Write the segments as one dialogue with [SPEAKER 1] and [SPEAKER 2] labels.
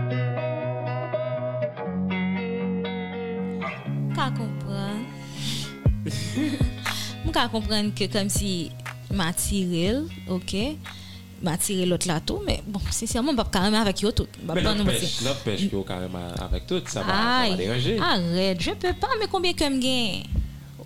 [SPEAKER 1] m ka komprenn ke kom si matirel, ok, matirel lot la tou, men bon, sinsyèman, m pap kareman avèk yo tout. Bap
[SPEAKER 2] Mais
[SPEAKER 1] ban nou m
[SPEAKER 2] n'empêche,
[SPEAKER 1] di.
[SPEAKER 2] n'empêche que carrément avec tout, ça va, ça va
[SPEAKER 1] Aïe,
[SPEAKER 2] déranger.
[SPEAKER 1] arrête, je peux pas, mais combien kem gen?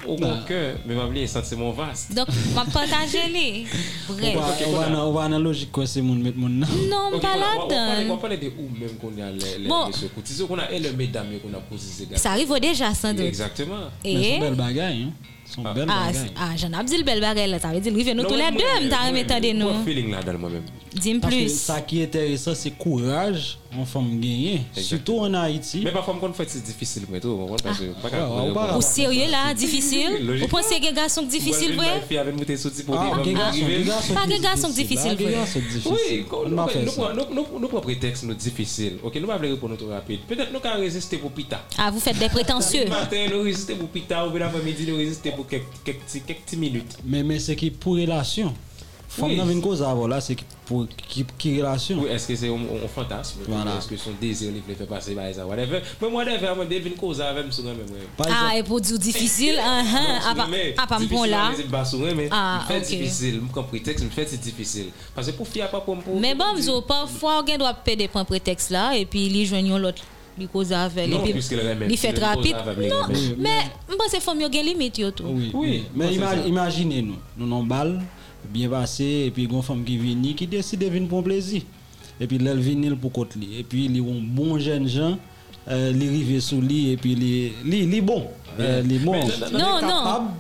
[SPEAKER 2] Au moins que, mais m'a oublié sentiment vaste.
[SPEAKER 1] Donk, m ap pataje li. Bref.
[SPEAKER 2] Ou
[SPEAKER 3] Ou an logik kwa se moun met moun nan.
[SPEAKER 1] Non, m
[SPEAKER 2] Ok,
[SPEAKER 1] pa
[SPEAKER 2] on
[SPEAKER 1] la
[SPEAKER 2] va- on va parler- On
[SPEAKER 1] dan.
[SPEAKER 2] va parler de où même qu'on a les les-
[SPEAKER 1] Bon.
[SPEAKER 2] les secours. Tu sais qu'on a et les mesdames et qu'on a posé ces gars.
[SPEAKER 1] Sa arrive deja, san dout.
[SPEAKER 2] Exactement.
[SPEAKER 3] Men
[SPEAKER 1] E,
[SPEAKER 3] son bel bagay, hein. Son bel
[SPEAKER 1] ah,
[SPEAKER 3] bagay.
[SPEAKER 1] ah, jan ap di l bel bagay la, ta ve di l rive nou
[SPEAKER 2] Non,
[SPEAKER 1] tou
[SPEAKER 2] ouais,
[SPEAKER 1] le
[SPEAKER 2] moi,
[SPEAKER 1] dè, m ta
[SPEAKER 2] moi,
[SPEAKER 1] remetan de
[SPEAKER 2] moi,
[SPEAKER 1] nou.
[SPEAKER 2] feeling là dans moi-même.
[SPEAKER 1] Dim
[SPEAKER 3] Parce que
[SPEAKER 1] plus.
[SPEAKER 3] ça qui est intéressant, c'est courage en femme gagnée. Surtout en Haïti.
[SPEAKER 2] Mais parfois, on fait c'est difficile, mais tout, on comprend, parce que pas qu'à-
[SPEAKER 3] ouais, ouais,
[SPEAKER 1] Ou sérieux là, difficile?
[SPEAKER 2] Logique.
[SPEAKER 1] Ou pensez que garçon difficile,
[SPEAKER 2] Ou
[SPEAKER 1] vrai?
[SPEAKER 2] Fille avec nous, t'es sorti pour
[SPEAKER 3] Ah,
[SPEAKER 2] dire,
[SPEAKER 3] ok,
[SPEAKER 2] vraiment,
[SPEAKER 3] garçon,
[SPEAKER 2] arrivé.
[SPEAKER 3] ok, garçon
[SPEAKER 1] Pas que
[SPEAKER 3] difficile,
[SPEAKER 1] garçon difficile,
[SPEAKER 3] ah, que
[SPEAKER 1] vrai.
[SPEAKER 3] garçon difficile.
[SPEAKER 2] Oui,
[SPEAKER 3] On
[SPEAKER 2] nous,
[SPEAKER 3] m'a fait
[SPEAKER 2] nous,
[SPEAKER 3] ça.
[SPEAKER 2] nous, nous, nous, nous prenons prétexte, nous difficile. Ok, nous pas voulu répondre trop rapide. Peut-être nous qu'à résister pour Pita.
[SPEAKER 1] Ah, vous faites des prétentieux.
[SPEAKER 2] Le matin, nous résister pour Pita, ou bien l'après-midi, nous résister pour quelques, quelques, petits- quelques petites minutes.
[SPEAKER 3] Mais, mais c'est qui pour relation. Femme
[SPEAKER 2] Oui.
[SPEAKER 3] dans une cause à voilà, c'est qui pour qui, qui relation.
[SPEAKER 2] Ou est-ce que c'est un, un- un fantasme?
[SPEAKER 3] Voilà.
[SPEAKER 2] Est-ce que son désir, il veut faire passer par ça, whatever. Mais moi, d'ailleurs, moi, dès que je cause avec, je même. ouais.
[SPEAKER 3] Par
[SPEAKER 1] Ah, et pour dire difficile, hein, hein, ah, pa- ah, pas bon là. Ah,
[SPEAKER 2] Ah, ok.
[SPEAKER 1] ok.
[SPEAKER 2] difficile. Je comprends prétexte, je fais c'est difficile. Parce que pour faire pas pour pour-
[SPEAKER 1] Mais bon, mzo, parfois, on doit payer des points prétexte là, et puis ils joignent l'autre, ils causent avec,
[SPEAKER 2] Non,
[SPEAKER 1] et puis
[SPEAKER 2] puisque le remède,
[SPEAKER 1] ils fait
[SPEAKER 2] le
[SPEAKER 1] rapide.
[SPEAKER 2] cause avec,
[SPEAKER 1] Non,
[SPEAKER 2] le remède.
[SPEAKER 1] mais je pense que faut mieux gagner limite, yo tout.
[SPEAKER 3] Oui.
[SPEAKER 2] Oui,
[SPEAKER 3] oui.
[SPEAKER 2] moi,
[SPEAKER 3] Mais
[SPEAKER 2] c'est
[SPEAKER 3] ima-
[SPEAKER 2] ça.
[SPEAKER 3] imaginez-nous, nous non balle, bien passé, et puis une femme qui vient, qui décide de venir pour plaisir. Et puis elle vient pour côté. lui. Et puis il y a un bon jeune gens, euh, il arrive sous lui, et puis il est- il est bon. Euh, Il est bon.
[SPEAKER 1] non, Non, Mhm. non.
[SPEAKER 3] Capable,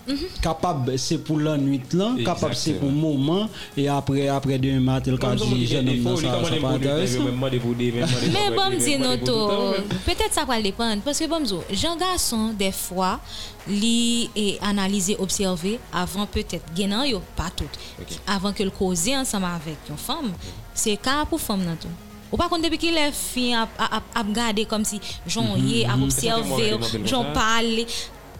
[SPEAKER 3] capable c'est pour la nuit là, capable c'est pour le moment, et après, après demain matin, il
[SPEAKER 2] Comme
[SPEAKER 3] capable
[SPEAKER 2] nous,
[SPEAKER 3] de
[SPEAKER 2] on dit
[SPEAKER 3] jeune
[SPEAKER 2] qu'il y a des
[SPEAKER 3] homme,
[SPEAKER 2] faux,
[SPEAKER 3] ça
[SPEAKER 2] il
[SPEAKER 3] ça
[SPEAKER 2] commande
[SPEAKER 3] pas
[SPEAKER 2] des produits,
[SPEAKER 3] intéressant.
[SPEAKER 2] même des produits, même des
[SPEAKER 1] Mais
[SPEAKER 2] produits,
[SPEAKER 1] bon,
[SPEAKER 2] même
[SPEAKER 1] dis
[SPEAKER 2] des
[SPEAKER 1] nous
[SPEAKER 2] produits, tout le temps,
[SPEAKER 1] tout.
[SPEAKER 2] même.
[SPEAKER 1] Peut-être ça va dépendre. Parce que bon, dis-nous, Jean Garçon, des fois, li et analyser, observer avant peut-être, gainan yo, pas tout. Avant que le cause ensemble avec une femme, c'est cas pour femme dans tout. Ou par contre, depuis qu'il est fin, à- à à- à regarder comme si j'en yé, à observer,
[SPEAKER 2] Exactement, c'est bon,
[SPEAKER 1] j'en
[SPEAKER 2] ça.
[SPEAKER 1] parle.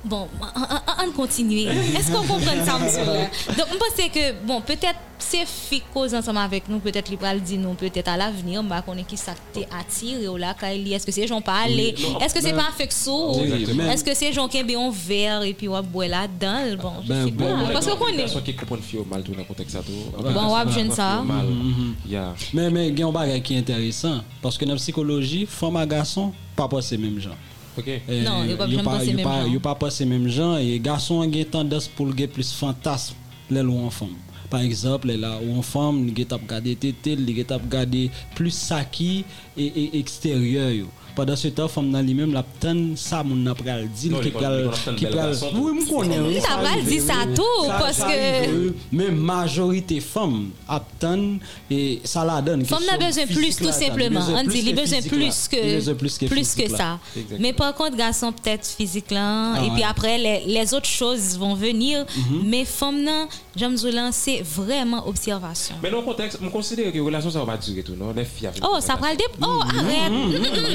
[SPEAKER 1] Bon, on- on- on continue. Est-ce qu'on comprend ça, monsieur? là? Donc, je pense que, bon, peut-être c'est fixe cause ensemble avec nous, peut-être il va le dire nous, peut-être à l'avenir, on va connaître qui ça t'est attiré ou là, quand il dit, est-ce que c'est gens parlé? Est-ce que c'est pas fait sous?
[SPEAKER 3] Oui, Exactement.
[SPEAKER 1] Est-ce que c'est gens qui ont un verre et puis on boit là-dedans? Bon, je
[SPEAKER 3] Ben,
[SPEAKER 1] sais
[SPEAKER 3] ben,
[SPEAKER 1] pas.
[SPEAKER 3] ben,
[SPEAKER 1] Parce que qu'on
[SPEAKER 2] Personne
[SPEAKER 1] est.
[SPEAKER 2] qui comprend le fille au mal, tout dans le contexte, ça, tout.
[SPEAKER 1] Bon, on va jeune ça.
[SPEAKER 2] Mal.
[SPEAKER 3] Mm-hmm.
[SPEAKER 2] Yeah.
[SPEAKER 3] Mais mais il y a un bagage qui est intéressant, parce que dans la psychologie, femme à garçon, pas passer même gens.
[SPEAKER 2] Ok.
[SPEAKER 3] Euh,
[SPEAKER 1] Non, yo pa
[SPEAKER 3] yo
[SPEAKER 1] jom
[SPEAKER 3] pa-
[SPEAKER 1] pase
[SPEAKER 3] yo
[SPEAKER 1] mem
[SPEAKER 3] pa-
[SPEAKER 1] jan.
[SPEAKER 3] Yo pa pase menm jan, e gason an gen tendans pou l gen plus fantasme lè l ou an fam. Par exemple, lè la ou an fam, li gen tap gade tete, li gen tap gade plus saki e, e eksteryor yo. Padan se tan, fam nan li menm la ten sa moun ap pral di,
[SPEAKER 2] Non,
[SPEAKER 3] li
[SPEAKER 2] li
[SPEAKER 3] ke
[SPEAKER 2] kon-
[SPEAKER 3] pral...
[SPEAKER 2] li kon ap ten
[SPEAKER 3] ki
[SPEAKER 2] bel
[SPEAKER 3] pral-
[SPEAKER 2] gason.
[SPEAKER 3] Oui, mou konen. oui,
[SPEAKER 1] Ta pral
[SPEAKER 3] arrive,
[SPEAKER 1] di sa
[SPEAKER 3] oui.
[SPEAKER 1] tou,
[SPEAKER 3] Ça-
[SPEAKER 1] parce
[SPEAKER 3] ça
[SPEAKER 1] que-
[SPEAKER 3] arrive, oui. Men majorite fam ap ten, e sa la den.
[SPEAKER 1] Femme n'a
[SPEAKER 3] question
[SPEAKER 1] besoin plus
[SPEAKER 3] physique
[SPEAKER 1] tout
[SPEAKER 3] la dan,
[SPEAKER 1] simplement. Hein,
[SPEAKER 3] besoin
[SPEAKER 1] On dit,
[SPEAKER 3] plus
[SPEAKER 1] il
[SPEAKER 3] que
[SPEAKER 1] besoin
[SPEAKER 3] physique
[SPEAKER 1] plus
[SPEAKER 3] la. Il
[SPEAKER 1] que,
[SPEAKER 3] besoin plus que
[SPEAKER 1] plus que
[SPEAKER 3] physique la.
[SPEAKER 1] ça. Mais par contre, garçon, peut-être physique là.
[SPEAKER 3] Ah,
[SPEAKER 1] et puis
[SPEAKER 3] ouais. Mhm.
[SPEAKER 1] après, les, les autres choses vont venir. Mais femme là, j'aime Zolan, c'est vraiment observation.
[SPEAKER 2] Mais dans le contexte, on considère que la relation, ça va pas durer tout, non? Les filles avec
[SPEAKER 1] Oh, ça prend le dé- Oh,
[SPEAKER 3] Mhm.
[SPEAKER 1] arrête. Non, non, non, non,
[SPEAKER 3] Non,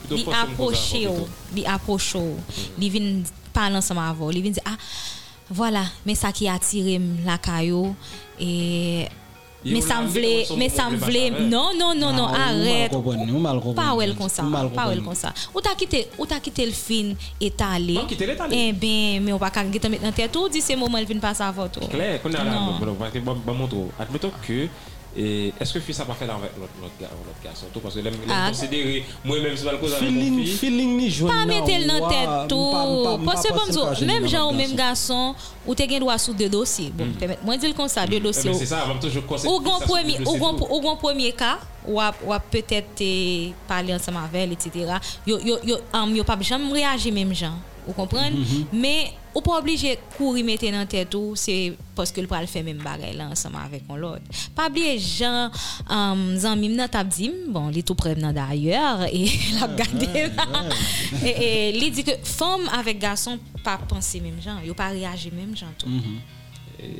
[SPEAKER 2] Plutôt
[SPEAKER 1] Li
[SPEAKER 2] forcer une cause
[SPEAKER 1] approche
[SPEAKER 2] avant,
[SPEAKER 1] ou.
[SPEAKER 2] plutôt. Mm-hmm.
[SPEAKER 1] Li approche ou. Li vin parle ensemble avant. Li vin di, ah, voilà, mais ça qui a attiré la caillou. Et.
[SPEAKER 2] Et
[SPEAKER 1] Mais
[SPEAKER 2] on
[SPEAKER 1] ça
[SPEAKER 2] l'a
[SPEAKER 1] me
[SPEAKER 2] mis
[SPEAKER 1] voulait,
[SPEAKER 2] comme son
[SPEAKER 1] mais ça me
[SPEAKER 2] problème à
[SPEAKER 1] voulait.
[SPEAKER 2] travers.
[SPEAKER 1] Non, non, non, non, arrête.
[SPEAKER 3] Ou Ah, mal kompon, ou mal kompon.
[SPEAKER 1] Pas ou elle comme ça, pas ou elle comme ça. Ou t'as quitté, ou t'as quitté le film et t'as allé.
[SPEAKER 2] Non, quitté le t'allé.
[SPEAKER 1] Eh ben, mais on va pas qu'à mettre dans tête tout, dit c'est moment elle vient passer avant tout.
[SPEAKER 2] Claire, qu'on a là,
[SPEAKER 1] Non.
[SPEAKER 2] bon, bon, parce que bon, bon, montre, admettons que, eh, est-ce que fils a pas fait là avec l'autre l'autre gars, l'autre garçon, tout, parce que l'aime- l'aime
[SPEAKER 1] Ah.
[SPEAKER 2] considérer, moi-même, c'est pas le cause avec mon
[SPEAKER 3] Feeling,
[SPEAKER 2] fils.
[SPEAKER 3] feeling ni jwen
[SPEAKER 1] Pa
[SPEAKER 3] nan.
[SPEAKER 1] metel nan tèt tou. Paske bom zo, mèm jan ou mèm gason, ou te gen dwa sou de dosye. Bon, permet- mwen dil kon sa, de
[SPEAKER 2] Hmm. Eh
[SPEAKER 1] dosye
[SPEAKER 2] ben,
[SPEAKER 1] ou.
[SPEAKER 2] c'est ça, avant toujours conseiller
[SPEAKER 1] Ou gon
[SPEAKER 2] fils à
[SPEAKER 1] premi-
[SPEAKER 2] ce que je
[SPEAKER 1] ou
[SPEAKER 2] sais
[SPEAKER 1] gon-
[SPEAKER 2] tout.
[SPEAKER 1] ou gon premier ka, ou ap, ou ap peut-être te pale ansam avel, etc. Yo, yo, yo, am, yo pap jam reage mèm jan. Ou kompren?
[SPEAKER 2] Mm-hmm,
[SPEAKER 1] Mais ou pa oblige kouri mette nan tèt ou, se paske l pral fè mèm bagay la ansam avek on lot. Pa oblige jan um, zan mim nan tap dim, bon, li tou prem nan d'ayor, e l ap gade la. E, e li di ke fòm avek gason pa panse mèm jan, yo pa reage mèm jan tou.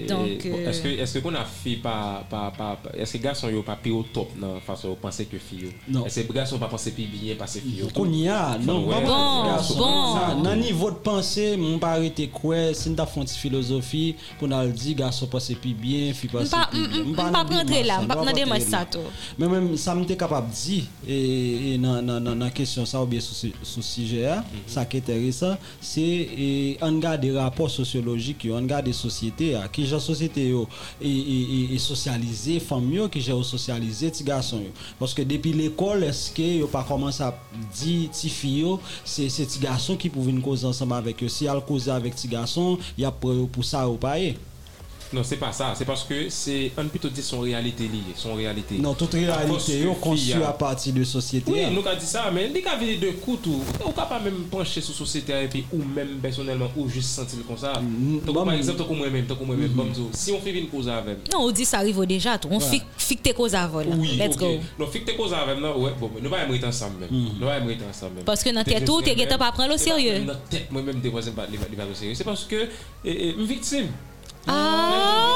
[SPEAKER 1] Donc,
[SPEAKER 2] Et-
[SPEAKER 1] euh,
[SPEAKER 2] Est-ce que, est-ce que qu'on a fi pa, pa, pa, pa- est-ce que garçon yo pa pi au top nan façon yo pense que fi yo?
[SPEAKER 3] Non.
[SPEAKER 2] Est-ce que garçon pa pense pi bien parce fi yo?
[SPEAKER 3] Qu'on y a, non,
[SPEAKER 2] Ouais.
[SPEAKER 3] pas
[SPEAKER 2] Bon,
[SPEAKER 3] mal de garçons.
[SPEAKER 1] bon.
[SPEAKER 3] Ça, Nan nivou de pensée, mon pas arrêté quoi, c'est une font philosophie pour nous dire garçon passe plus bien, fille passe
[SPEAKER 1] M'pa-
[SPEAKER 3] plus bien.
[SPEAKER 1] m- m-
[SPEAKER 3] M'pa
[SPEAKER 1] m'pa
[SPEAKER 3] nan
[SPEAKER 1] prendre
[SPEAKER 3] démarche,
[SPEAKER 1] là,
[SPEAKER 3] ça,
[SPEAKER 1] m'pa
[SPEAKER 3] m'pa
[SPEAKER 1] nan
[SPEAKER 3] prendre
[SPEAKER 1] démarche
[SPEAKER 3] là.
[SPEAKER 1] ça tout.
[SPEAKER 3] Mais même ça m'était capable de dire et, et dans dans- dans- dans question ça ou bien sous ce sous ce sujet là, ça qui est intéressant, c'est et, on regarde des rapports sociologiques, yo, on regarde des sociétés là, qui genre société yo e, et, et, et, et socialisé, femme yo, qui genre socialisé, petit garçon yo. Parce que depuis l'école, est-ce que yo pas commencé à dire petit fille yo, c'est c'est petit garçon qui pouvait une cause ensemble avec eux. Si elle cause avec petit garçon, il y a pour pour ça ou pas. eh.
[SPEAKER 2] Non, c'est pas ça. C'est parce que c'est, on plutôt dit son réalité liée, son réalité.
[SPEAKER 3] Non, toute réalité yo construit à partir de société.
[SPEAKER 2] Oui,
[SPEAKER 3] là.
[SPEAKER 2] nous ka dit ça, mais li ka vini de kout ou, ou ka pa même pencher sous société et puis ou même personnellement ou juste sentir comme ça.
[SPEAKER 3] Mm, Mm-hmm.
[SPEAKER 2] Donc
[SPEAKER 3] bon,
[SPEAKER 2] par exemple, comme moi même, comme moi même, bon, zo, si on fait une cause avec
[SPEAKER 1] Non, on dit ça arrive déjà tout. On fixe tes causes avant. là.
[SPEAKER 2] Oui,
[SPEAKER 1] Let's
[SPEAKER 2] ok.
[SPEAKER 1] go.
[SPEAKER 2] Non, fik te koz avèm nan, wè, bon, nou va emre tan sam men. Nou va emre tan sam men.
[SPEAKER 1] Paske nan tèt ou, te gen tan pa pran lo serye.
[SPEAKER 2] Nan tèt mwen mèm devwazen pa li bah, va lo serye. Se paske, eh, eh, m viktim. non,
[SPEAKER 1] Ah!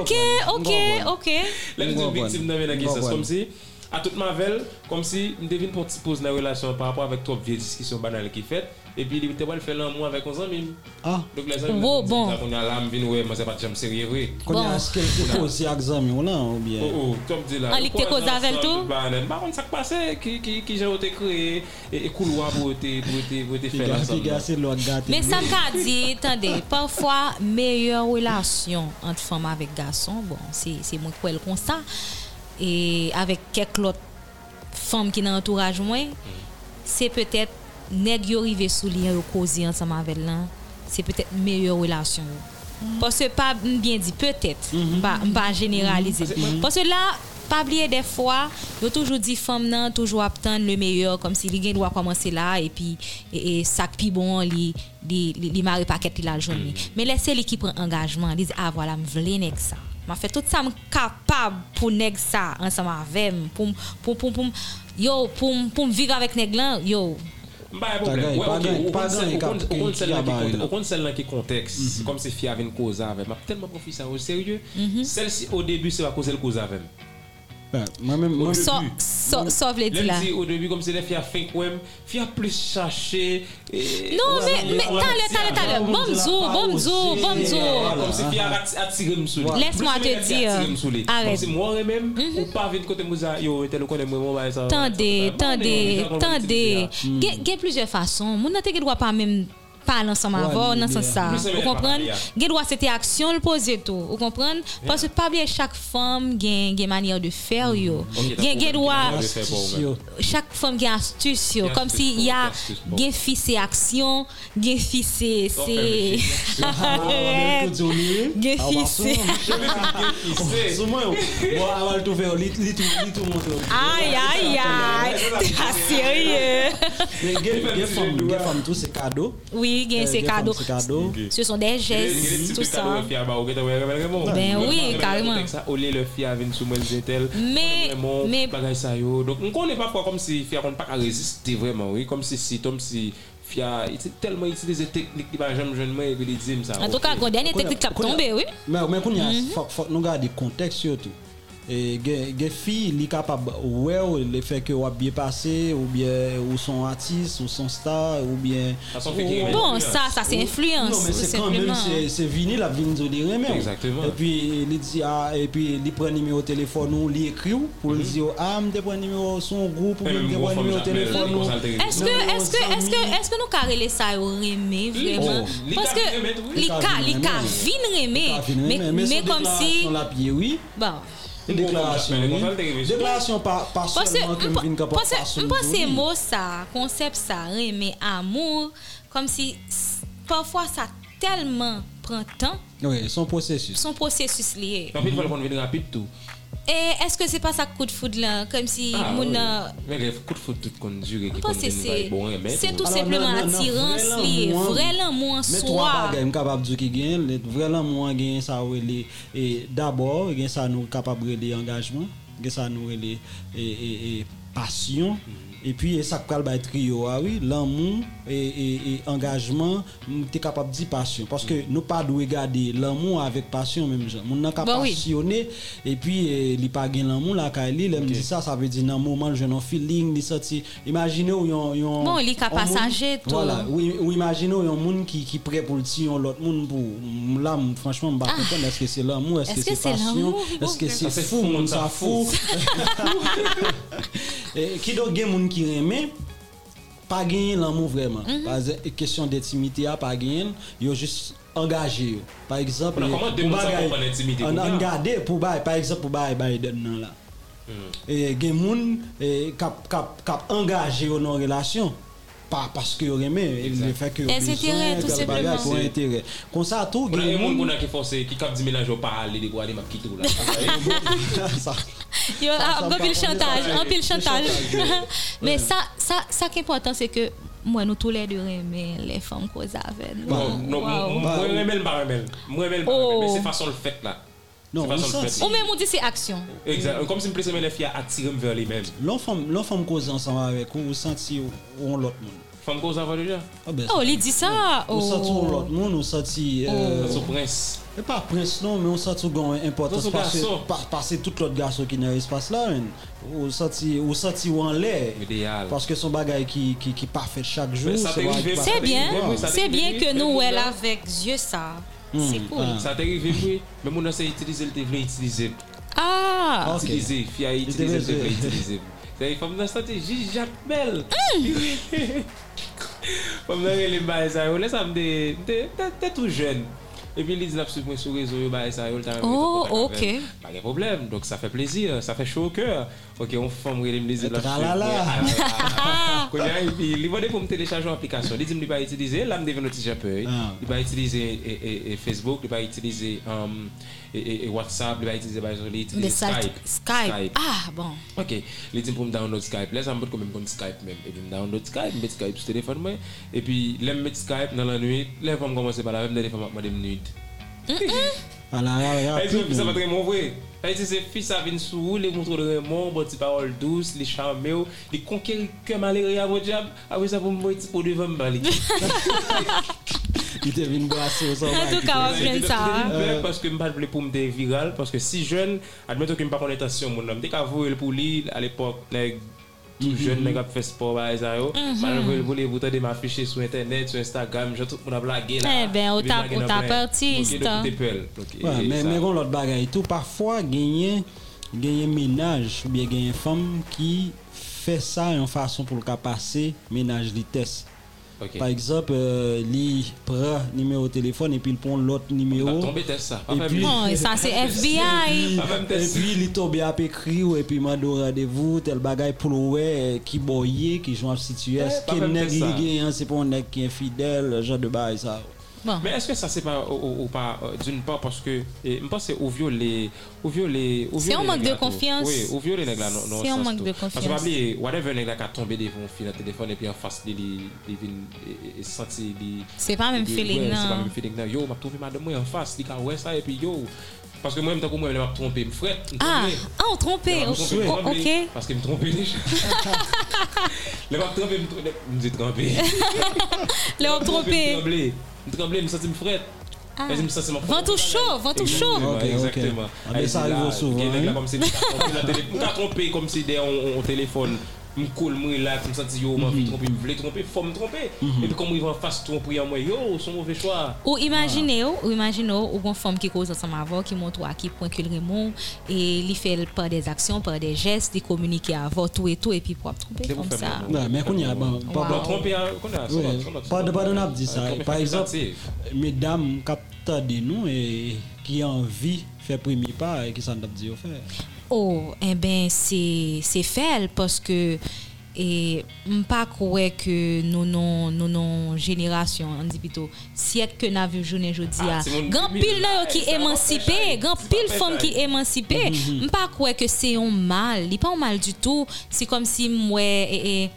[SPEAKER 1] Ok, ok,
[SPEAKER 2] non,
[SPEAKER 1] ok.
[SPEAKER 2] Lèm di
[SPEAKER 3] Mwen
[SPEAKER 2] m viktim nan men nan
[SPEAKER 3] mwen
[SPEAKER 2] kisans.
[SPEAKER 3] mwen.
[SPEAKER 2] Kom si, a tout mavel, kom si m devin pon ti pose nan relasyon par rapport avèk trop vie diskisyon banal ki fet. E pi li te wèl fè lan mwen avèk on zan mim.
[SPEAKER 3] Ah.
[SPEAKER 2] Dok le zan mim.
[SPEAKER 1] Wow, bon.
[SPEAKER 2] Kon yon alam vin wè, mwen se pa jam serye wè.
[SPEAKER 3] Konye
[SPEAKER 1] Bon.
[SPEAKER 3] aske l te pose ak zanmi ou nan ou bien?
[SPEAKER 2] Oh, oh, comme dit là.
[SPEAKER 1] Ah, li te cause avec tout?
[SPEAKER 2] Bah, on s'est passé, qui, qui, qui j'ai été créé, et, et couloir pour te, pour te, pour te faire
[SPEAKER 3] Figa,
[SPEAKER 2] ensemble.
[SPEAKER 3] figa se lwa gate.
[SPEAKER 1] Men sa m ka di, tande, parfwa meyye relasyon ant fom avek gason, bon, se se mwen kouel kon sa, e avek kek lot fom ki nan entouraj mwen, se petet neg yo rive sou li yo kozi ansam avek lan, se petet meyye relasyon yo.
[SPEAKER 2] Mm.
[SPEAKER 1] Pase pa m bien di, petet,
[SPEAKER 2] Mm-hmm.
[SPEAKER 1] m pa- m pa generalize. Pase la, pa bliye defwa, yo toujou di fom nan, toujou ap tan le meyor, kom si li gen dwa komanse la, e pi e, e sak pi bon li, li, li, li mare paket li la joun
[SPEAKER 2] Mm.
[SPEAKER 1] li. Me lese li ki pren engajman, li zi, ah, wala, m vle nek sa. Ma fe tout sa m kapab pou nek sa, ansama avem, pou m, pou, m- pou, m- pou, m- yo, pou, m- pou m vive avek neg lan, yo.
[SPEAKER 2] Bah, bon,
[SPEAKER 3] Pas
[SPEAKER 2] ouais,
[SPEAKER 3] gagne,
[SPEAKER 2] ok,
[SPEAKER 3] pas
[SPEAKER 2] on
[SPEAKER 3] gagne, pas
[SPEAKER 2] compte-
[SPEAKER 3] gagne,
[SPEAKER 2] on
[SPEAKER 3] cap-
[SPEAKER 2] compte- on
[SPEAKER 3] qui-
[SPEAKER 2] compte
[SPEAKER 3] qui
[SPEAKER 2] celle-là qui
[SPEAKER 3] a Mhm. barré,
[SPEAKER 2] compte-
[SPEAKER 3] là.
[SPEAKER 2] On compte celle-là qui contexte, comme si fille avait une cause avec. M'a tellement profité ça au sérieux.
[SPEAKER 1] Mhm.
[SPEAKER 2] Celle-ci, au début, c'est à cause de cause avec.
[SPEAKER 3] Ben, Mwen men, mwen
[SPEAKER 2] Au
[SPEAKER 1] So,
[SPEAKER 2] début.
[SPEAKER 1] so, so vle di
[SPEAKER 2] Lèm
[SPEAKER 1] la.
[SPEAKER 2] di au début, comme si les filles a fait quoi, filles a plus cherché. et-
[SPEAKER 1] Non,
[SPEAKER 2] Ouais,
[SPEAKER 1] mais, mais,
[SPEAKER 2] ouais,
[SPEAKER 1] talè, talè, talè,
[SPEAKER 3] on
[SPEAKER 1] bon
[SPEAKER 3] dit la
[SPEAKER 1] mzou, bon
[SPEAKER 3] pause,
[SPEAKER 1] mzou,
[SPEAKER 3] c'est-
[SPEAKER 1] bon mzou.
[SPEAKER 3] Voilà.
[SPEAKER 2] Kom se fi a rat- atire m sou li.
[SPEAKER 1] Laisse-moi
[SPEAKER 2] Plus
[SPEAKER 1] te
[SPEAKER 2] men
[SPEAKER 1] dire.
[SPEAKER 2] atire m sou li.
[SPEAKER 1] Arrête. Mhm.
[SPEAKER 2] Kom se mwen remèm, ou pa vin kote mou za, yo, tel konen mwen mwen bay sa.
[SPEAKER 1] Tendez,
[SPEAKER 2] Bon,
[SPEAKER 1] tendez,
[SPEAKER 2] bon, bon,
[SPEAKER 1] tendez.
[SPEAKER 2] bon,
[SPEAKER 1] Il y a plusieurs façons. Moun nan te gen droit pas même parler ensemble
[SPEAKER 3] Ouais,
[SPEAKER 1] avant dans
[SPEAKER 3] l'idée,
[SPEAKER 1] sens ça.
[SPEAKER 2] Plus c'est
[SPEAKER 1] Vous
[SPEAKER 2] bien,
[SPEAKER 1] comprenez
[SPEAKER 2] Maria.
[SPEAKER 1] Gen droit c'était action le poser tout. Vous comprenez Parce que pas bien chaque femme gen gen manière de faire yo.
[SPEAKER 2] Ok, d'accord,
[SPEAKER 1] Gen gen
[SPEAKER 2] ok,
[SPEAKER 1] droit
[SPEAKER 2] d'accord. fait pour
[SPEAKER 3] astisyo.
[SPEAKER 1] chaque femme qui a astuce yo,
[SPEAKER 2] Gen
[SPEAKER 1] comme
[SPEAKER 2] astuce
[SPEAKER 1] si
[SPEAKER 2] pour,
[SPEAKER 1] y a
[SPEAKER 2] gen astuce pour.
[SPEAKER 1] gen fille c'est action gen fille c'est
[SPEAKER 2] Oh, ben,
[SPEAKER 1] c'est
[SPEAKER 3] Ah,
[SPEAKER 1] Ah, Arrête. Gen fise.
[SPEAKER 3] Souman yo. Bon, awal tou feyo, li li tou, li tou monte yo.
[SPEAKER 1] aïe aïe aïe t'es pas sérieux
[SPEAKER 2] Fais
[SPEAKER 3] Men gen, gen
[SPEAKER 2] petit
[SPEAKER 3] fam,
[SPEAKER 2] jeu, ouais.
[SPEAKER 3] gen fam tou se kado.
[SPEAKER 1] oui gen c'est cadeau
[SPEAKER 3] Se kado.
[SPEAKER 1] ce sont des gestes tout ça Ben oui, carrément.
[SPEAKER 2] Au lieu le fi a vin sou mwen zetel.
[SPEAKER 1] Mais- mais-
[SPEAKER 2] Bagay sa yo. Donc, m konen pa fwa kom si fi a kon pa ka reziste vreman, oui. Kom si si, tom si fi a iti- tellement itilize teknik li ba jom jenman e bi li di m sa.
[SPEAKER 1] En tout
[SPEAKER 2] ok.
[SPEAKER 1] cas, la dernière
[SPEAKER 3] Kounya-
[SPEAKER 1] technique qui a
[SPEAKER 3] kounya-
[SPEAKER 1] tombé, oui. Mhm.
[SPEAKER 3] Men, men koun ya, fok, fok nou gade konteks yotou. E, gen, gen fi li kapab wè ou le fè ke wap bie pase, ou bien ou son artiste, ou son star, ou bien...
[SPEAKER 2] Façon fait qu'il
[SPEAKER 3] ou-
[SPEAKER 2] Mais
[SPEAKER 1] Bon,
[SPEAKER 2] influence.
[SPEAKER 1] ça, ça c'est influence.
[SPEAKER 3] Non, mais
[SPEAKER 1] tout
[SPEAKER 3] c'est quand même,
[SPEAKER 1] simplement.
[SPEAKER 3] c'est- c'est Vini, la Vini nous dit rien.
[SPEAKER 2] Exactement.
[SPEAKER 3] Et puis, il dit, ah, et puis, il prend le numéro de téléphone, ou il écrit, ou, pour lui dire, ah, je prends le numéro de son groupe, ou
[SPEAKER 2] Et
[SPEAKER 3] bien
[SPEAKER 2] même
[SPEAKER 3] je
[SPEAKER 2] Mhm. gros
[SPEAKER 3] prends le
[SPEAKER 2] femme
[SPEAKER 3] numéro de
[SPEAKER 2] Jacmel,
[SPEAKER 3] téléphone.
[SPEAKER 2] comme
[SPEAKER 3] ou-
[SPEAKER 2] ça, le téléphone.
[SPEAKER 1] Est-ce
[SPEAKER 3] Non,
[SPEAKER 1] que, est-ce que,
[SPEAKER 3] non,
[SPEAKER 1] est-ce
[SPEAKER 3] Samy.
[SPEAKER 1] que, est-ce que nous carré ça au remet vraiment?
[SPEAKER 2] Oh.
[SPEAKER 1] Parce
[SPEAKER 2] Li ka vin remet,
[SPEAKER 1] que,
[SPEAKER 2] oui.
[SPEAKER 1] les
[SPEAKER 2] Li
[SPEAKER 1] cas,
[SPEAKER 3] ka vin
[SPEAKER 1] les
[SPEAKER 3] remet,
[SPEAKER 1] cas
[SPEAKER 3] oui.
[SPEAKER 1] vin remet.
[SPEAKER 3] Ah, Vini,
[SPEAKER 1] Mais,
[SPEAKER 3] mais
[SPEAKER 1] mais
[SPEAKER 3] son
[SPEAKER 1] comme si,
[SPEAKER 3] déclaration, la pied, oui.
[SPEAKER 1] bon.
[SPEAKER 3] Une
[SPEAKER 2] Bon,
[SPEAKER 3] déclaration,
[SPEAKER 2] Jacmel,
[SPEAKER 3] oui.
[SPEAKER 2] comme ça, le téléphone.
[SPEAKER 3] Déclaration pas, pas
[SPEAKER 1] Parce que,
[SPEAKER 3] seulement que Vini capable de faire son
[SPEAKER 1] je pense que
[SPEAKER 3] jour,
[SPEAKER 1] mot ça, concept ça, remet, amour, comme si, s- parfois ça tellement prend temps,
[SPEAKER 3] Oui, son processus.
[SPEAKER 1] son processus lié.
[SPEAKER 2] Kapit fwa l kon vin rapid tou.
[SPEAKER 1] Et est-ce que c'est pas ça coup de foudre là, comme si,
[SPEAKER 3] Ah,
[SPEAKER 1] mon, euh,
[SPEAKER 2] Men lè kout fout tout kon jure ki
[SPEAKER 1] Je pense
[SPEAKER 2] kon
[SPEAKER 1] que
[SPEAKER 2] vin
[SPEAKER 1] c'est
[SPEAKER 2] bon remèd.
[SPEAKER 1] c'est tout
[SPEAKER 3] Alors,
[SPEAKER 1] simplement
[SPEAKER 3] non, non, non,
[SPEAKER 1] attirance
[SPEAKER 3] vrai
[SPEAKER 1] liée,
[SPEAKER 3] l'amour.
[SPEAKER 1] vrai l'amour en
[SPEAKER 3] Mais trois
[SPEAKER 1] soi.
[SPEAKER 3] bagages, je suis capable de dire qu'il y a, le vrai l'amour, il y a ça, oui, les- et d'abord, il y a ça, nous, capable de l'engagement, il y a ça, nous, les- et, et, et passion, Et puis, et ça parle de trio, ah oui, l'amour et, et, et engagement, tu es capable de dire passion. Parce que nous pas de regarder l'amour avec passion, même gens. Nous sommes
[SPEAKER 1] Bah oui.
[SPEAKER 3] passionné, et puis, eh, il n'y a pas de l'amour, là, quand il me dit ça, ça veut dire, dans un moment, je n'en feeling, il sorti. Imaginez où yon, yon,
[SPEAKER 1] Bon, il est capable
[SPEAKER 3] un
[SPEAKER 1] de
[SPEAKER 3] moun-
[SPEAKER 1] changer tout.
[SPEAKER 3] Voilà, oui, oui, imaginez où yon moun qui, qui prêt pour le tirer, l'autre moun pour, là, m- franchement, je ne comprends pas, est-ce que c'est l'amour, est-ce
[SPEAKER 1] Est-ce
[SPEAKER 3] que
[SPEAKER 1] que
[SPEAKER 3] c'est
[SPEAKER 1] c'est
[SPEAKER 3] passion,
[SPEAKER 1] l'amour?
[SPEAKER 3] est-ce que
[SPEAKER 1] Ça
[SPEAKER 3] c'est
[SPEAKER 2] fait
[SPEAKER 3] fou,
[SPEAKER 2] fou,
[SPEAKER 3] moun
[SPEAKER 2] ça
[SPEAKER 3] ça fou. Eh, Ki do gen moun ki reme Pa genyen l'amou vreman Paze, Kesyon d'intimite a pa genyen Yo jist angaje yo Par exemple
[SPEAKER 2] Ona, koman de
[SPEAKER 3] pou
[SPEAKER 2] moun sa
[SPEAKER 3] bagay-
[SPEAKER 2] kompon intimite
[SPEAKER 3] an-
[SPEAKER 2] pou
[SPEAKER 3] an
[SPEAKER 2] gen?
[SPEAKER 3] gade pou bay Par exemple pou bay bay den nan la Eh, Gen moun eh, kap, kap, kap angaje yo nan relasyon Pa paske yo reme e, Le
[SPEAKER 2] Exact.
[SPEAKER 3] fek yo
[SPEAKER 1] Et intérêt, tout
[SPEAKER 3] tel bagay,
[SPEAKER 1] simplement.
[SPEAKER 3] pou intere Kon sa tou
[SPEAKER 2] On a
[SPEAKER 3] gen
[SPEAKER 2] un monde
[SPEAKER 3] moun
[SPEAKER 2] qu'on a qui force, qui cap dit mélange au parler, les gars, les m'a quitté ou là.
[SPEAKER 3] Sa-
[SPEAKER 1] Yo, ah,
[SPEAKER 3] ça,
[SPEAKER 1] un
[SPEAKER 3] par
[SPEAKER 1] pile
[SPEAKER 3] contre,
[SPEAKER 1] chantage,
[SPEAKER 2] ça,
[SPEAKER 1] un pile
[SPEAKER 2] le
[SPEAKER 1] chantage.
[SPEAKER 2] chantage,
[SPEAKER 1] Mais ça, ça, ça qui est important, c'est que moi, nous tous les deux, mais les femmes cause avec nous.
[SPEAKER 2] Non, non,
[SPEAKER 1] Wow.
[SPEAKER 2] moi, moi, moi, même pas, même. Moi, même pas,
[SPEAKER 1] Oh.
[SPEAKER 2] même. Mais c'est façon le fait là.
[SPEAKER 3] Non,
[SPEAKER 2] C'est
[SPEAKER 3] on
[SPEAKER 2] façon le
[SPEAKER 3] sent-
[SPEAKER 2] fait.
[SPEAKER 1] Ou même on dit c'est action.
[SPEAKER 2] Exact. Comme si me plaisait, mais les filles à attirer vers les mêmes.
[SPEAKER 3] L'on fòm l'on fòm koze ansanman avèk ou Ou senti ou, ou an lot moun
[SPEAKER 2] Femme cause avant déjà.
[SPEAKER 3] Ah ben,
[SPEAKER 1] Oh, il dit ça.
[SPEAKER 3] On senti ou
[SPEAKER 1] Oh.
[SPEAKER 3] l'autre monde, on senti.
[SPEAKER 2] Ça,
[SPEAKER 3] Euh,
[SPEAKER 2] C'est au prince.
[SPEAKER 3] et pas prince non, mais on senti qu'on a importance.
[SPEAKER 2] Dans ce
[SPEAKER 3] Parce
[SPEAKER 2] garçon.
[SPEAKER 3] que par- parce que tout l'autre garçon qui est dans l'espace là, hein, on senti, on senti ou en l'air.
[SPEAKER 2] Idéal.
[SPEAKER 3] Parce que son bagage qui, qui, qui pas fait chaque jour.
[SPEAKER 2] Mais ça
[SPEAKER 3] son
[SPEAKER 2] t'est
[SPEAKER 3] bagage
[SPEAKER 2] arrivé,
[SPEAKER 3] qui
[SPEAKER 2] ça
[SPEAKER 3] pas-
[SPEAKER 1] C'est
[SPEAKER 2] t'est arrivé,
[SPEAKER 1] bien,
[SPEAKER 2] oui, ça
[SPEAKER 1] c'est
[SPEAKER 2] t'est
[SPEAKER 1] bien
[SPEAKER 2] arrivé,
[SPEAKER 1] que nous,
[SPEAKER 2] mais
[SPEAKER 1] elle
[SPEAKER 2] là-
[SPEAKER 1] avec yeux ça. C'est cool.
[SPEAKER 3] ah.
[SPEAKER 2] Ça t'arrive, oui. Mais mon essaie d'utiliser le devlet, utiliser. Oh,
[SPEAKER 1] Ah,
[SPEAKER 3] Ok.
[SPEAKER 2] Utiliser. Fille à utiliser le devlet, utiliser. C'est une femme de stratégie, Jacques Bell.
[SPEAKER 3] Hmm.
[SPEAKER 2] Femme dans les bails, ça. Là, ça me dit, t'es- t'es- t'es tout jeune. Et puis, ils disent, moi, sur les réseaux, bails, ça. yo, t'as un
[SPEAKER 1] Oh,
[SPEAKER 2] réseau,
[SPEAKER 1] ok.
[SPEAKER 2] Pas de problème. Donc, ça fait plaisir. Ça fait chaud au cœur. Ok, on forme les
[SPEAKER 3] Et
[SPEAKER 2] musiques.
[SPEAKER 3] tralala.
[SPEAKER 2] Quand il demandait pour me télécharger une application, il dit qu'il pas utiliser, là, je devais notifier un peu.
[SPEAKER 3] Ah.
[SPEAKER 2] Il va utiliser eh, eh, eh, Facebook, il va utiliser um, eh, eh, eh, WhatsApp, il va utiliser, bah, il utilise
[SPEAKER 1] le
[SPEAKER 2] Skype.
[SPEAKER 1] site Skype. Ah, bon.
[SPEAKER 2] Ok, il dit pour me download Skype. Là, ça me comme même Skype même. Et puis, me download Skype, mettre Skype sur téléphone. moi. Et puis, là, me mettre Skype dans la nuit. Là, je commencer par la même téléphone, je vais me nuit.
[SPEAKER 3] Ah là, là, là,
[SPEAKER 2] Ay,
[SPEAKER 3] rapide,
[SPEAKER 2] se pisa
[SPEAKER 3] non.
[SPEAKER 2] patre moun vwe. Ay, se se fis avin sou, le moun tro de remon, bon ti parol dous, li chanme ou, li konkeri ke malere ya moun diab, avwe sa pou mwen ti pou devan bali.
[SPEAKER 3] Il te vient brasser au sang.
[SPEAKER 1] En tout
[SPEAKER 2] Ah,
[SPEAKER 1] cas, on vient ça. Euh.
[SPEAKER 2] Parce que m'pat vle pou mde viral, parce que si jen, admeto ki m'pa kon etasyon moun nom, dek avwe l pou li, al epok, neg,
[SPEAKER 1] Mm-hmm.
[SPEAKER 2] tout jen neg ap fè sport ba e zay yo, mal vwe l pou li, boutan de m'affiche sou internet, sou Instagram, jen tout moun ap lage la.
[SPEAKER 1] Eh ben, ou
[SPEAKER 2] Ve
[SPEAKER 1] tap-
[SPEAKER 2] lage
[SPEAKER 1] ou
[SPEAKER 2] nan
[SPEAKER 1] tap
[SPEAKER 2] plein.
[SPEAKER 1] artiste.
[SPEAKER 2] Bloke de- de pel. Bloke,
[SPEAKER 3] Ouais,
[SPEAKER 2] e,
[SPEAKER 3] mais
[SPEAKER 2] sa.
[SPEAKER 3] mais on l'autre bagaille tout parfois gagner gagner ménage ou bien gagner femme qui fait ça en façon pour le cas passer ménage vitesse.
[SPEAKER 2] Ok.
[SPEAKER 3] Par exemple, euh, li prend numéro de téléphone et puis il prend l'autre
[SPEAKER 2] Tap
[SPEAKER 3] numéro.
[SPEAKER 2] tombe tes sa.
[SPEAKER 3] Et
[SPEAKER 2] Pa fè
[SPEAKER 3] puis-
[SPEAKER 2] mi.
[SPEAKER 1] Bon, et ça, c'est
[SPEAKER 3] Puis-
[SPEAKER 1] FBI.
[SPEAKER 2] Ah, même
[SPEAKER 3] et
[SPEAKER 2] test.
[SPEAKER 3] puis il est tombé à écrit ou et puis il m'a donné rendez-vous tel bagage pour le ouais, euh, qui boyé qui joue en situation
[SPEAKER 2] Eh, pas
[SPEAKER 3] qui
[SPEAKER 2] même
[SPEAKER 3] nèg
[SPEAKER 2] ça.
[SPEAKER 3] li gagne, c'est pas un nèg qui est infidèle genre de bail ça
[SPEAKER 1] Bon.
[SPEAKER 2] Mais est-ce que ça c'est pas ou, ou- ou pas euh, d'une part parce que eh, je pense que c'est au vieux les au vieux les au vieux
[SPEAKER 1] C'est un
[SPEAKER 2] les
[SPEAKER 1] manque
[SPEAKER 2] nègres
[SPEAKER 1] de
[SPEAKER 2] là, tout.
[SPEAKER 1] confiance.
[SPEAKER 2] Oui, au vieux les nègres là, non non,
[SPEAKER 1] C'est un
[SPEAKER 2] sens
[SPEAKER 1] manque
[SPEAKER 2] tout.
[SPEAKER 1] de
[SPEAKER 2] Parce que
[SPEAKER 1] confiance.
[SPEAKER 2] oublier whatever nègre là qui a tombé devant fil à téléphone et puis en face il il il vient il- il sentit il
[SPEAKER 1] C'est pas même
[SPEAKER 2] il-
[SPEAKER 1] feeling,
[SPEAKER 2] ouais, C'est
[SPEAKER 1] non.
[SPEAKER 2] pas même feeling non. Yo, m'a trouvé madame moi en face, il a ouais ça et puis yo parce que moi même tant que moi je m'a trompé, me frère, me
[SPEAKER 1] Ah,
[SPEAKER 2] trompé.
[SPEAKER 1] ah, on trompait.
[SPEAKER 2] Lè m'a trompé,
[SPEAKER 1] Oh,
[SPEAKER 2] me trompé,
[SPEAKER 1] ok.
[SPEAKER 2] Parce qu'il me trompait déjà. Le m'a trompé, me trompé, me dit trompé.
[SPEAKER 1] Là, on
[SPEAKER 2] Je
[SPEAKER 1] trompait.
[SPEAKER 2] tremblais. Je tremblais, je me sentais me frette.
[SPEAKER 1] Ah.
[SPEAKER 2] Je me sentais mon
[SPEAKER 1] Vent tout chaud, vent tout chaud.
[SPEAKER 2] Exactement,
[SPEAKER 3] Ok, ok.
[SPEAKER 2] Exactement.
[SPEAKER 3] Ah, mais ça
[SPEAKER 2] Là,
[SPEAKER 3] arrive souvent,
[SPEAKER 2] il y a des
[SPEAKER 3] hein.
[SPEAKER 2] là comme si je me trompé comme si des- on on téléphone. Je me coule, je me relaxe, je me sentis, yo, je tromper,
[SPEAKER 3] Mhm.
[SPEAKER 2] je voulais tromper, faut me tromper. Et puis, comme il va en face, tromper en moi, yo, son mauvais choix.
[SPEAKER 1] Ou imaginez, ou- ou imaginez, ou une femme qui cause ensemble avant, qui montre à qui point qu'il remont, et il fait par des actions, par des gestes, il communique avant, tout et tout, et puis pour tromper
[SPEAKER 2] C'est vous
[SPEAKER 1] comme
[SPEAKER 2] faire
[SPEAKER 1] ça.
[SPEAKER 2] mal.
[SPEAKER 3] ouais, mais qu'on y a bon,
[SPEAKER 1] Wow.
[SPEAKER 3] pas-
[SPEAKER 2] Bon, tromper, hein, qu'on a, son
[SPEAKER 3] Ouais,
[SPEAKER 2] autre, son autre, son
[SPEAKER 3] pardon,
[SPEAKER 2] autre.
[SPEAKER 3] pardon, on a dit ça.
[SPEAKER 2] Tromper
[SPEAKER 3] Par exemple,
[SPEAKER 2] facultatif.
[SPEAKER 3] mesdames qui de nous et qui ont envie de faire premier pas et qui s'en doivent dire faire.
[SPEAKER 1] Oh, eh ben, c'est c'est fait parce que et m pas croire que nous non nous non génération on dit plutôt siècle que n'a vu journée jodi
[SPEAKER 2] Ah,
[SPEAKER 1] a
[SPEAKER 2] c'est mon
[SPEAKER 1] grand
[SPEAKER 2] débile,
[SPEAKER 1] pile
[SPEAKER 2] là,
[SPEAKER 1] là qui
[SPEAKER 2] ça va
[SPEAKER 1] émancipé
[SPEAKER 2] pêcher,
[SPEAKER 1] grand
[SPEAKER 2] ça va Mm-hmm,
[SPEAKER 1] pile femme qui
[SPEAKER 2] pêcher.
[SPEAKER 1] émancipé m pas croire que c'est un mal e, il pas un mal du tout c'est comme si moi et, et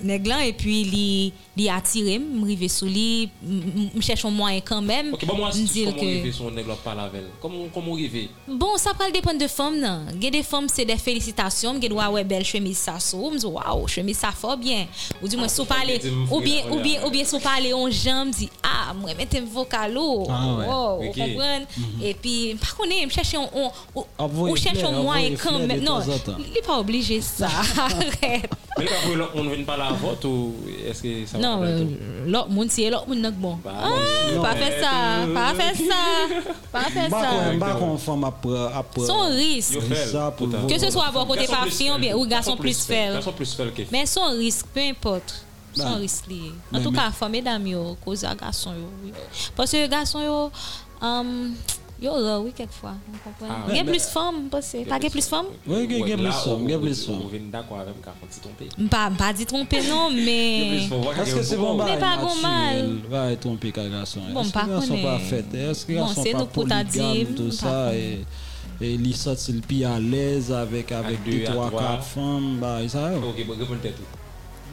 [SPEAKER 1] nèg lan, et puis li li atire, m rive sou li, m m chèche un moyen quand même.
[SPEAKER 2] Ok, bon, moi,
[SPEAKER 1] m
[SPEAKER 2] si
[SPEAKER 1] dire
[SPEAKER 2] comment arriver sur un nègre pas la velle Comment comment arriver
[SPEAKER 1] Bon, sa pral depen de fom nan. Gen de fom se de felicitasyon, gen dwa we bel chemise sa sou, mzo waw, chemise sa fo bien. Ou
[SPEAKER 2] Ah,
[SPEAKER 1] di mwen sou pale,
[SPEAKER 2] di m
[SPEAKER 1] ou
[SPEAKER 2] fwi
[SPEAKER 1] bien,
[SPEAKER 2] la
[SPEAKER 1] ou
[SPEAKER 2] wè
[SPEAKER 1] bien,
[SPEAKER 2] la.
[SPEAKER 1] ou bien sou pale on jam, di, ah, mwen metem vokalo,
[SPEAKER 3] Ah, ouais. Mhm.
[SPEAKER 1] wow, ou
[SPEAKER 2] Ok.
[SPEAKER 1] kompren. E pi, pa konen, m chèche on, on, on,
[SPEAKER 3] Ah, voye
[SPEAKER 1] ou chèche
[SPEAKER 3] flair,
[SPEAKER 1] on
[SPEAKER 3] ah,
[SPEAKER 1] mwen
[SPEAKER 3] voye
[SPEAKER 1] kan,
[SPEAKER 3] flair
[SPEAKER 1] men,
[SPEAKER 3] de
[SPEAKER 1] non,
[SPEAKER 3] temps en temps.
[SPEAKER 1] li pa oblije sa, arrête.
[SPEAKER 2] Mais quand vous l'autre, on ne vient pas la vote ou est-ce que ça
[SPEAKER 1] Non, euh,
[SPEAKER 2] va être-
[SPEAKER 1] lòk moun siye, lòk moun nok bon.
[SPEAKER 2] Ah, Bah,
[SPEAKER 1] Ah,
[SPEAKER 2] non.
[SPEAKER 1] pa fè sa, pa fè sa, pa fè
[SPEAKER 3] Mba
[SPEAKER 1] sa.
[SPEAKER 3] kon- Mba kon fom apre... apre-
[SPEAKER 1] Son risk.
[SPEAKER 2] Yo
[SPEAKER 3] C'est
[SPEAKER 2] fell,
[SPEAKER 3] ça pour
[SPEAKER 2] total.
[SPEAKER 3] vous.
[SPEAKER 1] Que ce soit avoir côté
[SPEAKER 2] Garçon
[SPEAKER 1] pas
[SPEAKER 2] plus
[SPEAKER 1] fille ou
[SPEAKER 2] fell.
[SPEAKER 1] bien ou garçon plus faible.
[SPEAKER 2] Garçon plus faible que fille.
[SPEAKER 1] Mais son risque, peu importe. Son
[SPEAKER 3] Ben,
[SPEAKER 1] risque lié. En
[SPEAKER 3] ben,
[SPEAKER 1] tout
[SPEAKER 3] mais-
[SPEAKER 1] cas, femme et dame, yo, cause à garçon, yo, oui. Parce que garçon, yo, um, yo, rare, oui, quelquefois. Vous comprenez?
[SPEAKER 2] Ah,
[SPEAKER 1] Il y a
[SPEAKER 3] ben,
[SPEAKER 1] plus femme, parce que. Pas il y a plus femme?
[SPEAKER 3] Oui, il y a
[SPEAKER 2] Ouais,
[SPEAKER 3] plus
[SPEAKER 2] là,
[SPEAKER 3] femme,
[SPEAKER 2] on-
[SPEAKER 3] il y a
[SPEAKER 2] on-
[SPEAKER 3] plus femme.
[SPEAKER 2] On vient d'accord avec garçon petit trompé.
[SPEAKER 1] Pas, pas dit tromper, non,
[SPEAKER 2] Il y a plus
[SPEAKER 1] mais.
[SPEAKER 2] femme, on voit
[SPEAKER 3] Est-ce
[SPEAKER 2] qu'il y
[SPEAKER 3] que
[SPEAKER 2] a
[SPEAKER 3] c'est
[SPEAKER 2] beaucoup.
[SPEAKER 3] bon
[SPEAKER 1] Mais pas bon mal.
[SPEAKER 3] Va être trompé qu'un garçon.
[SPEAKER 1] Bon,
[SPEAKER 3] Est-ce que
[SPEAKER 1] pas
[SPEAKER 3] garçon
[SPEAKER 1] connaît.
[SPEAKER 3] pas fait? Est-ce que
[SPEAKER 1] Bon,
[SPEAKER 3] garçon
[SPEAKER 1] c'est
[SPEAKER 3] pas
[SPEAKER 1] nous pour ta
[SPEAKER 3] polygame,
[SPEAKER 1] dire,
[SPEAKER 3] tout
[SPEAKER 1] pas
[SPEAKER 3] ça
[SPEAKER 1] connaît.
[SPEAKER 3] et et il sort c'est le plus à l'aise avec avec
[SPEAKER 2] deux,
[SPEAKER 3] deux
[SPEAKER 2] à
[SPEAKER 3] trois
[SPEAKER 2] trois.
[SPEAKER 3] quatre femmes bah et ça.
[SPEAKER 2] Ok, bon, répondez tout.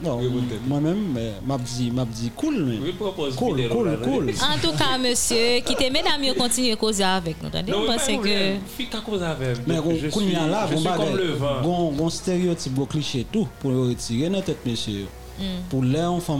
[SPEAKER 3] Non,
[SPEAKER 2] Oui, bon, tête.
[SPEAKER 3] moi-même mais m'a dit m'a dit cool
[SPEAKER 2] Oui,
[SPEAKER 3] mais
[SPEAKER 2] propose
[SPEAKER 3] cool
[SPEAKER 2] vidéo, là,
[SPEAKER 3] cool
[SPEAKER 2] là.
[SPEAKER 3] cool.
[SPEAKER 1] En tout cas, monsieur, quittez mesdames, yo, continuez à causer avec nous. Attendez,
[SPEAKER 2] Non,
[SPEAKER 1] vous
[SPEAKER 2] mais pas de
[SPEAKER 1] pensez que.
[SPEAKER 2] problème. Fille qui a causé avec.
[SPEAKER 3] Mais
[SPEAKER 2] Je
[SPEAKER 3] qu'on
[SPEAKER 2] suis-
[SPEAKER 3] y a là,
[SPEAKER 2] je
[SPEAKER 3] bon
[SPEAKER 2] suis comme le
[SPEAKER 3] bagay,
[SPEAKER 2] vin.
[SPEAKER 3] bon, bon stéréotype, bon cliché tout, pour le retirer dans tête, monsieur.
[SPEAKER 1] Mm.
[SPEAKER 3] Pour l'air, on fait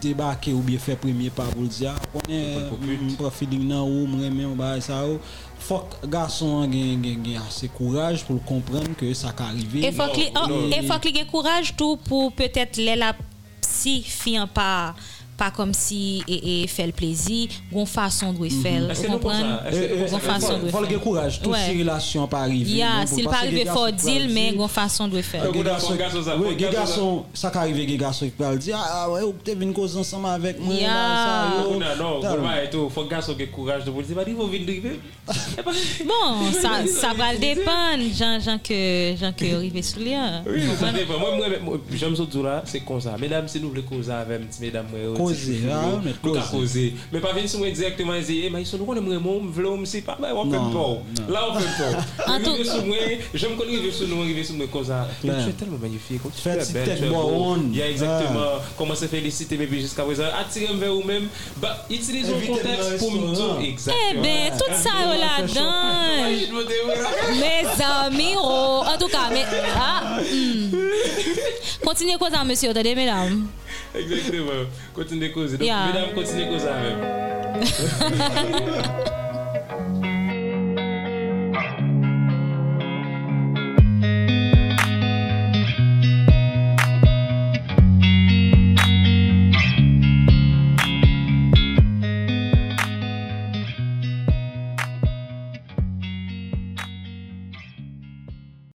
[SPEAKER 3] débarquer ou bien faire premier pas pour le dire, ah, on est
[SPEAKER 2] Pour le but.
[SPEAKER 3] un profil nan ou, on remet, on baille ça ou. Faut que garçon gagne gagne- gagne assez courage pour le comprendre que ça peut arriver.
[SPEAKER 1] Et faut que li-
[SPEAKER 2] Non,
[SPEAKER 1] oh,
[SPEAKER 2] non.
[SPEAKER 1] et faut que li gen courage tout pour peut-être les la si fiant pas pas comme si et, et faire le plaisir, gon façon de faire,
[SPEAKER 2] Mhm. Est-ce que
[SPEAKER 1] vous
[SPEAKER 2] nous
[SPEAKER 1] comprenez?
[SPEAKER 2] pensons- est-ce
[SPEAKER 3] Eh,
[SPEAKER 2] que nous
[SPEAKER 3] eh,
[SPEAKER 2] pensons
[SPEAKER 1] Gon
[SPEAKER 2] que-
[SPEAKER 1] façon
[SPEAKER 3] faut-
[SPEAKER 1] de
[SPEAKER 3] faut le
[SPEAKER 1] faire.
[SPEAKER 3] courage, toutes
[SPEAKER 1] Ouais.
[SPEAKER 3] ces relations pas arriver. non,
[SPEAKER 1] Ya,
[SPEAKER 3] pour-
[SPEAKER 1] s'il pas
[SPEAKER 3] parce que
[SPEAKER 1] arrivé
[SPEAKER 3] garçon
[SPEAKER 1] fort
[SPEAKER 3] peut
[SPEAKER 1] deal,
[SPEAKER 3] le
[SPEAKER 1] mais
[SPEAKER 3] dire.
[SPEAKER 1] gon façon de faire.
[SPEAKER 2] Euh,
[SPEAKER 3] Gè gason,
[SPEAKER 2] Gason sa-
[SPEAKER 3] oui,
[SPEAKER 2] gason
[SPEAKER 3] gè
[SPEAKER 2] sa-
[SPEAKER 3] gason, sa ka arrive gè gason ki pral di, ah, wè, ou pte vin koz ansama avèk mwen,
[SPEAKER 1] Ya.
[SPEAKER 3] la,
[SPEAKER 2] Non,
[SPEAKER 3] sa,
[SPEAKER 2] non, faut
[SPEAKER 3] yo. Tal.
[SPEAKER 2] pas et tout. Faut que garçon ait courage de vous dire, bah, dis, vous venez driver. Eh ben,
[SPEAKER 1] Bon, ça
[SPEAKER 2] Ils
[SPEAKER 1] ça
[SPEAKER 2] veulent
[SPEAKER 1] va le
[SPEAKER 2] utiliser.
[SPEAKER 1] dépendre, Jean Jean que Jean que arrivé sous lien.
[SPEAKER 2] Oui, ça dépend. Moi, moi, moi, j'aime ce tour-là, c'est comme ça. Mesdames, si nous voulons causer avec mes petits mesdames, moi,
[SPEAKER 3] Causer,
[SPEAKER 2] aussi,
[SPEAKER 3] ah,
[SPEAKER 2] nous,
[SPEAKER 3] mais
[SPEAKER 2] nous, nous,
[SPEAKER 3] causer.
[SPEAKER 2] causer. Mais pas venir sur moi directement et dire, eh, mais ils sont nous, on aimerait moi, on veut, on me sait pas, mais on fait
[SPEAKER 3] Non,
[SPEAKER 2] pas.
[SPEAKER 3] non.
[SPEAKER 2] Là, on fait pas.
[SPEAKER 1] En tout-
[SPEAKER 2] Arriver sur moi, j'aime qu'on arrive sur nous, arriver sur moi, causer. Mais
[SPEAKER 3] Clair.
[SPEAKER 2] tu es tellement magnifique, tu
[SPEAKER 3] Fais
[SPEAKER 2] es
[SPEAKER 3] petite
[SPEAKER 2] belle,
[SPEAKER 3] tête
[SPEAKER 2] tu es beau.
[SPEAKER 3] baronne.
[SPEAKER 2] Il y a exactement comment se féliciter, mais puis jusqu'à présent, attirer vers vous-même, bah, utilisons le
[SPEAKER 3] Invitez-le
[SPEAKER 2] contexte
[SPEAKER 3] dans
[SPEAKER 2] pour me
[SPEAKER 3] restaurant.
[SPEAKER 2] tout.
[SPEAKER 1] Eh
[SPEAKER 2] Exactement.
[SPEAKER 1] ben, tout ça yo la
[SPEAKER 2] Ah,
[SPEAKER 1] donne.
[SPEAKER 2] je te montre, voilà.
[SPEAKER 1] Mes amis, oh, en tout cas, mais ah, hmm. continuez quoi ça, monsieur, attendez, mesdames.
[SPEAKER 2] Exactement. Continue de causer. Donc,
[SPEAKER 1] Yeah.
[SPEAKER 2] mesdames, continuez de causer avec.